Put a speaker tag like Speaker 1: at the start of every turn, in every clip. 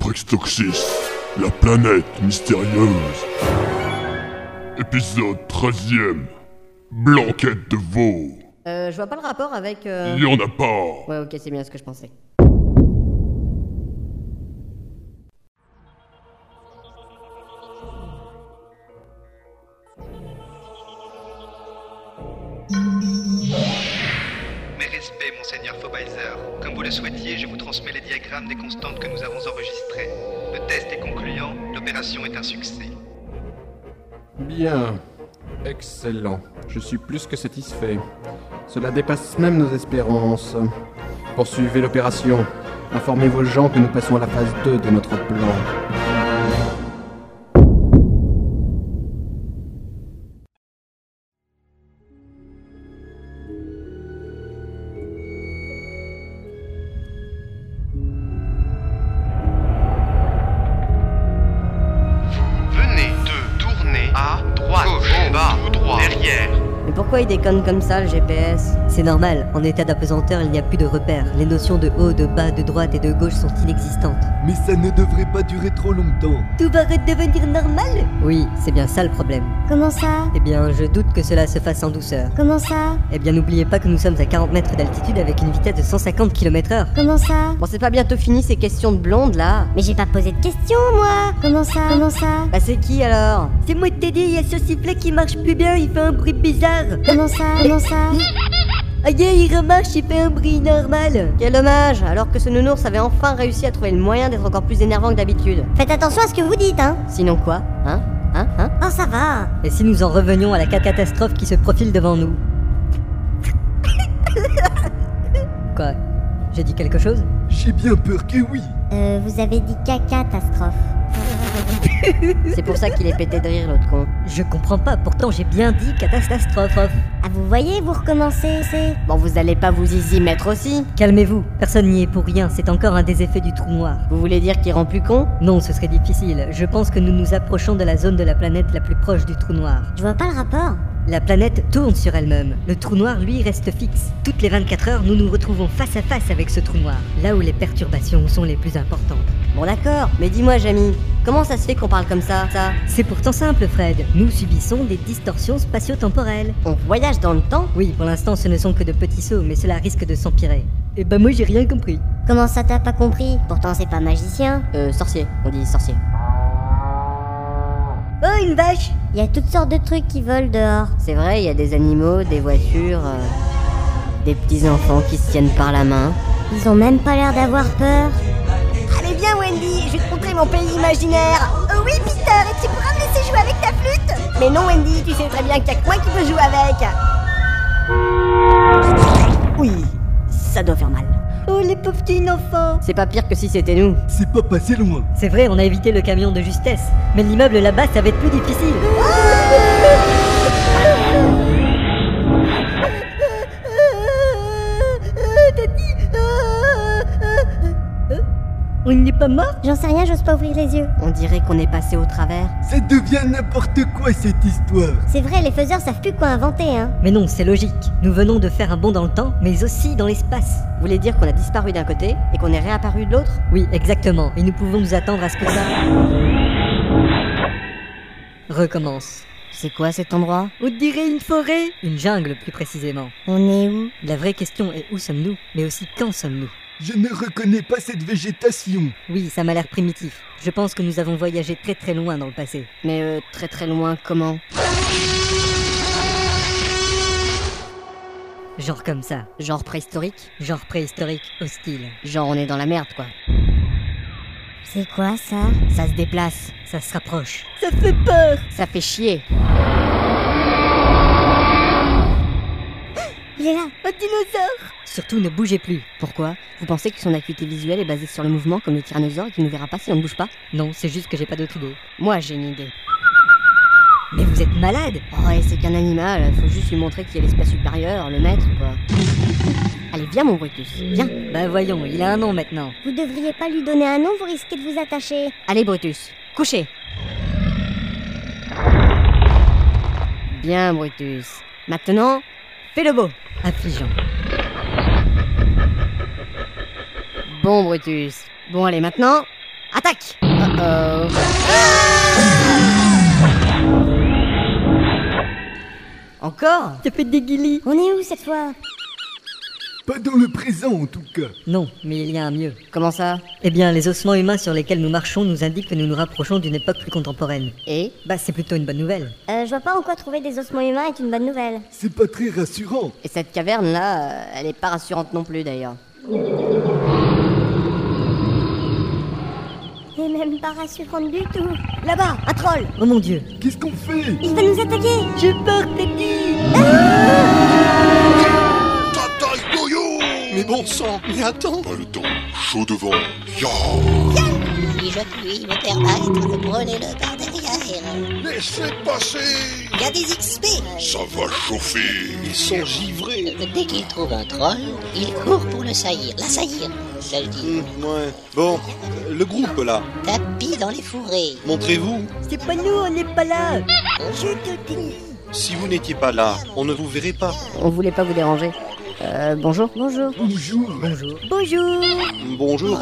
Speaker 1: Adoprextoxis, la planète mystérieuse. Épisode 13ème. Blanquette de veau.
Speaker 2: Euh, je vois pas le rapport avec. euh,
Speaker 1: Il y en a pas.
Speaker 2: Ouais, ok, c'est bien ce que je pensais.
Speaker 3: Mes respects, Monseigneur Faubizer. Comme vous le souhaitiez, je vous transmets les diagrammes des constantes que nous avons enregistrées. Le test est concluant, l'opération est un succès.
Speaker 4: Bien. Excellent. Je suis plus que satisfait. Cela dépasse même nos espérances. Poursuivez l'opération. Informez vos gens que nous passons à la phase 2 de notre plan.
Speaker 5: Venez de tourner à droite, gauche, bas, tout droit, derrière.
Speaker 2: Mais pourquoi il déconne comme ça le GPS
Speaker 6: C'est normal, en état d'apesanteur, il n'y a plus de repères. Les notions de haut, de bas, de droite et de gauche sont inexistantes.
Speaker 7: Mais ça ne devrait pas durer trop longtemps.
Speaker 6: Tout va redevenir normal Oui, c'est bien ça le problème.
Speaker 8: Comment ça
Speaker 6: Eh bien, je doute que cela se fasse en douceur.
Speaker 8: Comment ça
Speaker 6: Eh bien, n'oubliez pas que nous sommes à 40 mètres d'altitude avec une vitesse de 150 km/h.
Speaker 8: Comment ça
Speaker 2: Bon, c'est pas bientôt fini ces questions de blonde là
Speaker 8: Mais j'ai pas posé de questions, moi Comment ça Comment ça
Speaker 2: Bah, c'est qui alors
Speaker 6: C'est moi Teddy, il y a ce sifflet qui marche plus bien, il fait un bruit bizarre.
Speaker 8: Comment ça Comment ça
Speaker 6: Aïe, il remarche, il fait un bruit normal.
Speaker 2: Quel dommage Alors que ce nounours avait enfin réussi à trouver le moyen d'être encore plus énervant que d'habitude.
Speaker 8: Faites attention à ce que vous dites, hein
Speaker 2: Sinon quoi Hein Hein Hein
Speaker 8: Oh, ça va
Speaker 6: Et si nous en revenions à la ca- catastrophe qui se profile devant nous Quoi J'ai dit quelque chose
Speaker 7: J'ai bien peur que oui.
Speaker 8: Euh, vous avez dit caca-catastrophe.
Speaker 2: C'est pour ça qu'il est pété de rire l'autre con.
Speaker 6: Je comprends pas, pourtant j'ai bien dit catastrophe.
Speaker 8: Ah, vous voyez, vous recommencez, c'est...
Speaker 2: Bon, vous allez pas vous y mettre aussi
Speaker 6: Calmez-vous, personne n'y est pour rien, c'est encore un des effets du trou noir.
Speaker 2: Vous voulez dire qu'il rend plus con
Speaker 6: Non, ce serait difficile. Je pense que nous nous approchons de la zone de la planète la plus proche du trou noir.
Speaker 8: Je vois pas le rapport.
Speaker 6: La planète tourne sur elle-même. Le trou noir, lui, reste fixe. Toutes les 24 heures, nous nous retrouvons face à face avec ce trou noir, là où les perturbations sont les plus importantes.
Speaker 2: Bon, d'accord, mais dis-moi, Jamie, comment ça se fait qu'on parle comme ça Ça
Speaker 6: C'est pourtant simple, Fred. Nous subissons des distorsions spatio-temporelles.
Speaker 2: On voyage dans le temps
Speaker 6: Oui, pour l'instant, ce ne sont que de petits sauts, mais cela risque de s'empirer. Et ben moi, j'ai rien compris.
Speaker 8: Comment ça t'as pas compris Pourtant, c'est pas magicien.
Speaker 2: Euh, sorcier, on dit sorcier.
Speaker 6: Oh, une vache
Speaker 8: Il y a toutes sortes de trucs qui volent dehors.
Speaker 2: C'est vrai, il y a des animaux, des voitures, euh, des petits enfants qui se tiennent par la main.
Speaker 8: Ils ont même pas l'air d'avoir peur.
Speaker 9: Allez viens Wendy, je vais te montrer mon pays imaginaire. Euh, oui Peter, et tu pourras me laisser jouer avec ta flûte Mais non Wendy, tu sais très bien qu'il y a que moi qui peux jouer avec. Oui, ça doit faire mal.
Speaker 6: Oh, les pauvres petits enfants
Speaker 2: C'est pas pire que si c'était nous.
Speaker 7: C'est pas passé loin.
Speaker 6: C'est vrai, on a évité le camion de justesse, mais l'immeuble là-bas, ça va être plus difficile. On n'est pas mort
Speaker 8: J'en sais rien, j'ose pas ouvrir les yeux.
Speaker 2: On dirait qu'on est passé au travers.
Speaker 7: Ça devient n'importe quoi cette histoire.
Speaker 8: C'est vrai, les faiseurs savent plus quoi inventer, hein.
Speaker 6: Mais non, c'est logique. Nous venons de faire un bond dans le temps, mais aussi dans l'espace.
Speaker 2: Vous voulez dire qu'on a disparu d'un côté et qu'on est réapparu de l'autre
Speaker 6: Oui, exactement. Et nous pouvons nous attendre à ce que ça... Recommence.
Speaker 2: C'est quoi cet endroit
Speaker 6: On dirait une forêt Une jungle, plus précisément.
Speaker 8: On est où
Speaker 6: La vraie question est où sommes-nous, mais aussi quand sommes-nous
Speaker 7: Je ne reconnais pas cette végétation.
Speaker 6: Oui, ça m'a l'air primitif. Je pense que nous avons voyagé très très loin dans le passé.
Speaker 2: Mais euh, très très loin, comment
Speaker 6: Genre comme ça.
Speaker 2: Genre préhistorique
Speaker 6: Genre préhistorique, hostile.
Speaker 2: Genre on est dans la merde quoi.
Speaker 8: C'est quoi ça
Speaker 2: Ça se déplace,
Speaker 6: Ça se rapproche.
Speaker 2: Ça fait peur Ça fait chier
Speaker 8: Il est là
Speaker 2: Un dinosaure
Speaker 6: Surtout ne bougez plus.
Speaker 2: Pourquoi Vous pensez que son acuité visuelle est basée sur le mouvement comme le tyrannosaure et qu'il ne verra pas si on ne bouge pas
Speaker 6: Non, c'est juste que j'ai pas d'autre idée.
Speaker 2: Moi j'ai une idée.
Speaker 6: Mais vous êtes malade
Speaker 2: Oh, et c'est qu'un animal, faut juste lui montrer qu'il y a l'espace supérieur, le maître quoi. Allez, viens mon Brutus, viens
Speaker 6: Bah voyons, il a un nom maintenant.
Speaker 8: Vous devriez pas lui donner un nom, vous risquez de vous attacher.
Speaker 2: Allez Brutus, couchez Bien Brutus. Maintenant, fais le beau
Speaker 6: Affligeant.
Speaker 2: Bon Brutus. Bon allez, maintenant, Attaque Uh-oh. Encore
Speaker 6: T'as fait des guilis
Speaker 8: On est où cette fois
Speaker 7: Pas dans le présent en tout cas.
Speaker 6: Non, mais il y a un mieux.
Speaker 2: Comment ça
Speaker 6: Eh bien, les ossements humains sur lesquels nous marchons nous indiquent que nous nous rapprochons d'une époque plus contemporaine.
Speaker 2: Et
Speaker 6: Bah, c'est plutôt une bonne nouvelle.
Speaker 8: Euh, je vois pas en quoi trouver des ossements humains est une bonne nouvelle.
Speaker 7: C'est pas très rassurant.
Speaker 2: Et cette caverne là, elle est pas rassurante non plus d'ailleurs.
Speaker 8: Et même pas rassurante du tout.
Speaker 9: Là-bas, un troll
Speaker 6: Oh mon dieu
Speaker 7: Qu'est-ce qu'on fait
Speaker 8: Il va nous attaquer
Speaker 6: Je pars, Teddy
Speaker 10: Mais bon sang, mais attends
Speaker 1: Pas le temps, chaud devant. Ya
Speaker 11: Si je puis me permettre, brûlez-le par derrière.
Speaker 10: Laissez passer
Speaker 11: Il y a des XP.
Speaker 1: Ça va chauffer
Speaker 10: Ils sont givrés
Speaker 11: Dès qu'il trouve un troll, il court pour le saillir. La saillir, ça le dit.
Speaker 10: Hum, Ouais. Bon, euh, le groupe là,
Speaker 11: Tapis dans les fourrés.
Speaker 10: montrez-vous.
Speaker 6: C'est pas nous, on n'est pas là
Speaker 11: Je te dis.
Speaker 10: Si vous n'étiez pas là, on ne vous verrait pas.
Speaker 2: On voulait pas vous déranger. Euh, bonjour Bonjour.
Speaker 7: Bonjour.
Speaker 6: Bonjour.
Speaker 8: Bonjour
Speaker 10: Bonjour.
Speaker 11: Bonjour.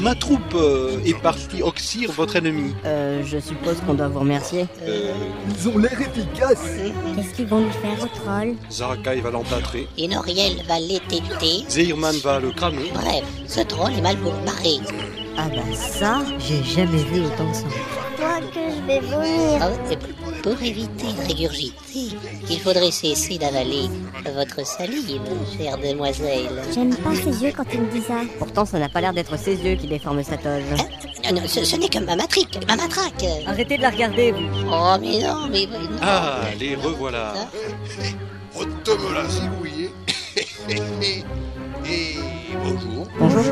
Speaker 10: Ma troupe euh, est partie oxyre votre ennemi.
Speaker 2: Euh, je suppose qu'on doit vous remercier.
Speaker 10: Euh,
Speaker 7: Ils ont l'air efficaces.
Speaker 8: Qu'est-ce qu'ils vont lui faire au troll
Speaker 10: Zarakai va l'emplâtrer.
Speaker 11: Et Noriel va l'étêter.
Speaker 10: Zeirman va le cramer.
Speaker 11: Bref, ce troll est mal barré.
Speaker 2: Ah bah ça
Speaker 6: J'ai jamais vu autant de sang.
Speaker 8: Toi que je vais vomir
Speaker 11: Ah, et Pour éviter de régurgiter, il faudrait cesser d'avaler votre salive, chère demoiselle.
Speaker 8: J'aime pas ses yeux quand il me dit ça.
Speaker 2: Pourtant ça n'a pas l'air d'être ses yeux qui déforment sa toge.
Speaker 11: Hein? Non, non, ce, ce n'est que ma matrique, ma matraque.
Speaker 6: Arrêtez de la regarder, vous
Speaker 11: Oh, mais non, mais... mais non.
Speaker 10: Ah, les revoilà.
Speaker 1: Retomme la zibouillée. Et bonjour.
Speaker 2: Bonjour.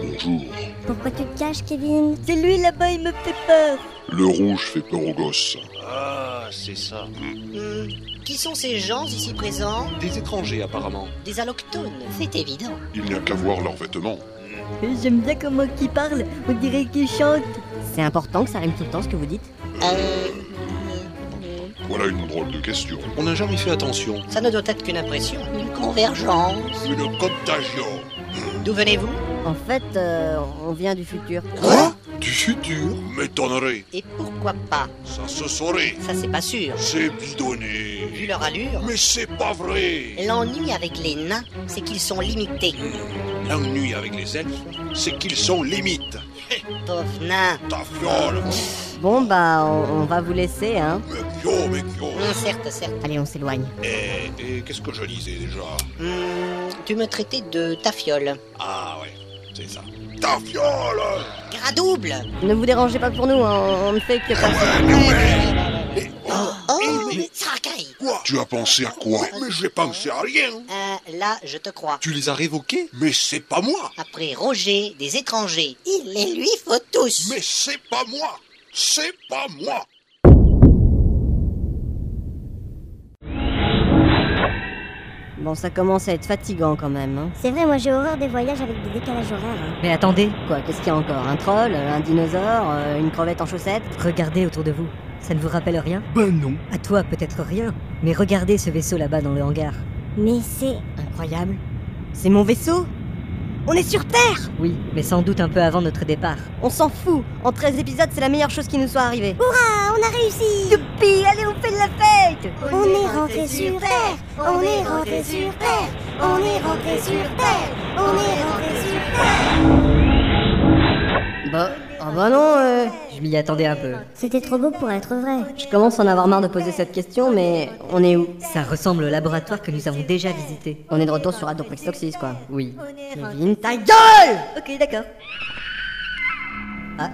Speaker 1: Bonjour.
Speaker 8: Pourquoi tu te caches, Kevin
Speaker 6: C'est lui là-bas, il me fait peur
Speaker 1: Le rouge fait peur aux gosses.
Speaker 10: Ah, c'est ça.
Speaker 11: Hum, qui sont ces gens ici présents
Speaker 10: Des étrangers apparemment.
Speaker 11: Des allochtones, c'est évident.
Speaker 1: Il n'y a qu'à voir leurs vêtements.
Speaker 6: J'aime bien comment il parle, on dirait qu'il chante
Speaker 2: C'est important que ça rime tout le temps ce que vous dites
Speaker 11: Euh...
Speaker 1: Voilà une drôle de question.
Speaker 10: On n'a jamais fait attention.
Speaker 11: Ça ne doit être qu'une impression. Une convergence.
Speaker 1: Une contagion.
Speaker 11: D'où venez-vous
Speaker 2: En fait, euh, on vient du futur.
Speaker 1: Quoi Du futur M'étonnerait.
Speaker 11: Et pourquoi pas
Speaker 1: Ça se saurait.
Speaker 11: Ça, c'est pas sûr.
Speaker 1: C'est
Speaker 11: Vu
Speaker 1: bidonné.
Speaker 11: leur allure,
Speaker 1: Mais c'est pas vrai.
Speaker 11: l'ennui avec les nains, c'est qu'ils sont limités.
Speaker 1: Euh, L'ennui avec les elfes, c'est qu'ils sont limites.
Speaker 11: Pauvres nains.
Speaker 1: Ta fiole
Speaker 2: Bon bah on, on va vous laisser hein.
Speaker 1: Mais yo, mais yo
Speaker 11: Hum, certes, certes.
Speaker 2: Allez on s'éloigne.
Speaker 1: Et, et qu'est-ce que je disais déjà
Speaker 11: Hum, tu me traitais de ta fiole.
Speaker 1: Ah ouais, c'est ça. Ta fiole
Speaker 11: Gradouble
Speaker 2: Ne vous dérangez pas pour nous, hein, on ne fait que passer.
Speaker 11: Oh, mais... Sarakai
Speaker 1: Quoi Tu as pensé à quoi Mais j'ai pensé à rien
Speaker 11: Euh, là, je te crois.
Speaker 10: Tu les as révoqués
Speaker 1: Mais c'est pas moi
Speaker 11: Après Roger, des étrangers, il les lui faut tous.
Speaker 1: Mais c'est pas moi C'est pas moi
Speaker 2: Bon ça commence à être fatigant quand même. Hein.
Speaker 8: C'est vrai, moi j'ai horreur des voyages avec des décalages horaires. hein.
Speaker 6: Mais attendez,
Speaker 2: Quoi, qu'est-ce qu'il y a encore Un troll Un dinosaure euh, Une crevette en chaussettes
Speaker 6: regardez autour de vous. Ça ne vous rappelle rien
Speaker 7: Ben non.
Speaker 6: À toi, peut-être rien. Mais regardez ce vaisseau là-bas dans le hangar.
Speaker 8: Mais c'est...
Speaker 6: Incroyable.
Speaker 2: C'est mon vaisseau On est sur Terre
Speaker 6: Oui, mais sans doute un peu avant notre départ.
Speaker 2: On s'en fout En 13 épisodes, c'est la meilleure chose qui nous soit arrivée.
Speaker 8: Ah, on a réussi
Speaker 6: Youpi, allez, on fait de la fête
Speaker 8: On est rentré sur Terre On est rentré sur Terre On est rentré sur Terre On est rentré sur Terre
Speaker 2: Bah, ah bah non, euh,
Speaker 6: Je m'y attendais un peu.
Speaker 8: C'était trop beau pour être vrai.
Speaker 2: je commence à en avoir marre de poser cette question, mais on est où
Speaker 6: Ça ressemble au laboratoire que nous avons déjà visité.
Speaker 2: On est de retour sur Adoprex Toxis, quoi.
Speaker 6: Oui.
Speaker 2: Kevin, ta gueule
Speaker 6: Ok, d'accord. Ah,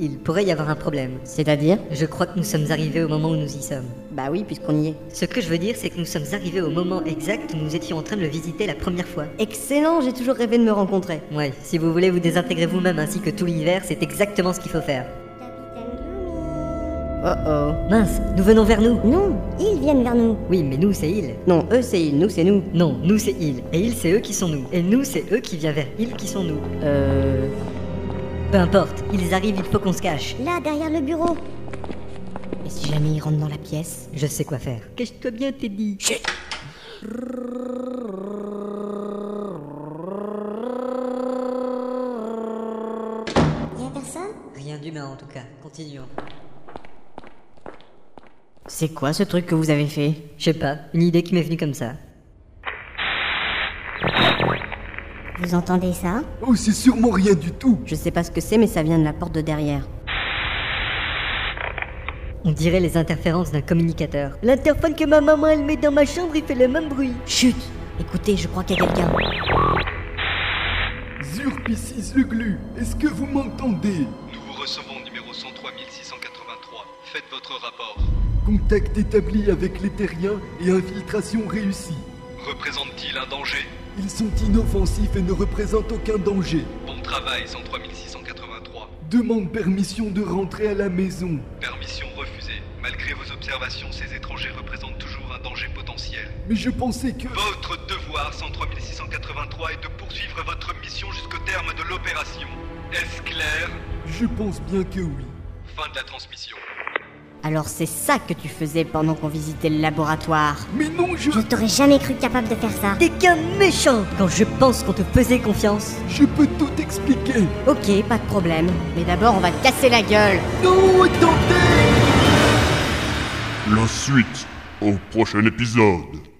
Speaker 6: il pourrait y avoir un problème.
Speaker 2: C'est-à-dire
Speaker 6: Je crois que nous sommes arrivés au moment où nous y sommes.
Speaker 2: Bah oui, puisqu'on y est.
Speaker 6: Ce que je veux dire, c'est que nous sommes arrivés au moment exact où nous étions en train de le visiter la première fois.
Speaker 2: Excellent, j'ai toujours rêvé de me rencontrer.
Speaker 6: Ouais, si vous voulez vous désintégrer vous-même ainsi que tout l'univers, c'est exactement ce qu'il faut faire.
Speaker 2: Oh oh.
Speaker 6: Mince, nous venons vers nous
Speaker 8: Non, ils viennent vers nous.
Speaker 6: Oui, mais nous, c'est il.
Speaker 2: Non, eux c'est ils, nous c'est nous.
Speaker 6: Non, nous c'est ils, et ils c'est eux qui sont nous, et nous c'est eux qui viennent vers ils qui sont nous.
Speaker 2: Euh...
Speaker 6: Peu importe, ils arrivent, il faut qu'on se cache.
Speaker 8: Là, derrière le bureau.
Speaker 2: Et si jamais ils rentrent dans la pièce
Speaker 6: Je sais quoi faire. Cache-toi bien, Teddy.
Speaker 8: Il y a
Speaker 6: rien d'humain en tout cas. Continuons.
Speaker 2: C'est quoi ce truc que vous avez fait
Speaker 6: Je sais pas, une idée qui m'est venue comme ça.
Speaker 2: Vous entendez ça
Speaker 7: Oh, c'est sûrement rien du tout.
Speaker 2: Je sais pas ce que c'est, mais ça vient de la porte de derrière.
Speaker 6: On dirait les interférences d'un communicateur. L'interphone que ma maman elle met dans ma chambre, il fait le même bruit.
Speaker 2: Chut Écoutez, je crois qu'il y a quelqu'un.
Speaker 7: Zurpissi Zuglu, est-ce que vous m'entendez
Speaker 3: Nous vous recevons numéro 103 683. Faites votre rapport.
Speaker 7: Contact établi avec les terriens et infiltration réussie.
Speaker 3: Représente-t-il un danger
Speaker 7: Ils sont inoffensifs et ne représentent aucun danger.
Speaker 3: Bon travail 103 683.
Speaker 7: Demande permission de rentrer à la maison.
Speaker 3: Permission refusée. Malgré vos observations, ces étrangers représentent toujours un danger potentiel.
Speaker 7: Mais je pensais que...
Speaker 3: Votre devoir 103 683 est de poursuivre votre mission jusqu'au terme de l'opération. Est-ce clair
Speaker 7: Je pense bien que oui.
Speaker 3: Fin de la transmission.
Speaker 2: Alors c'est ça que tu faisais pendant qu'on visitait le laboratoire
Speaker 7: Mais non, je...
Speaker 8: Je t'aurais jamais cru capable de faire ça.
Speaker 6: T'es qu'un méchant Quand je pense qu'on te faisait confiance.
Speaker 7: Je peux tout expliquer.
Speaker 2: Ok, pas de problème. Mais d'abord, on va te casser la gueule.
Speaker 7: Non, attendez
Speaker 12: La suite au prochain épisode.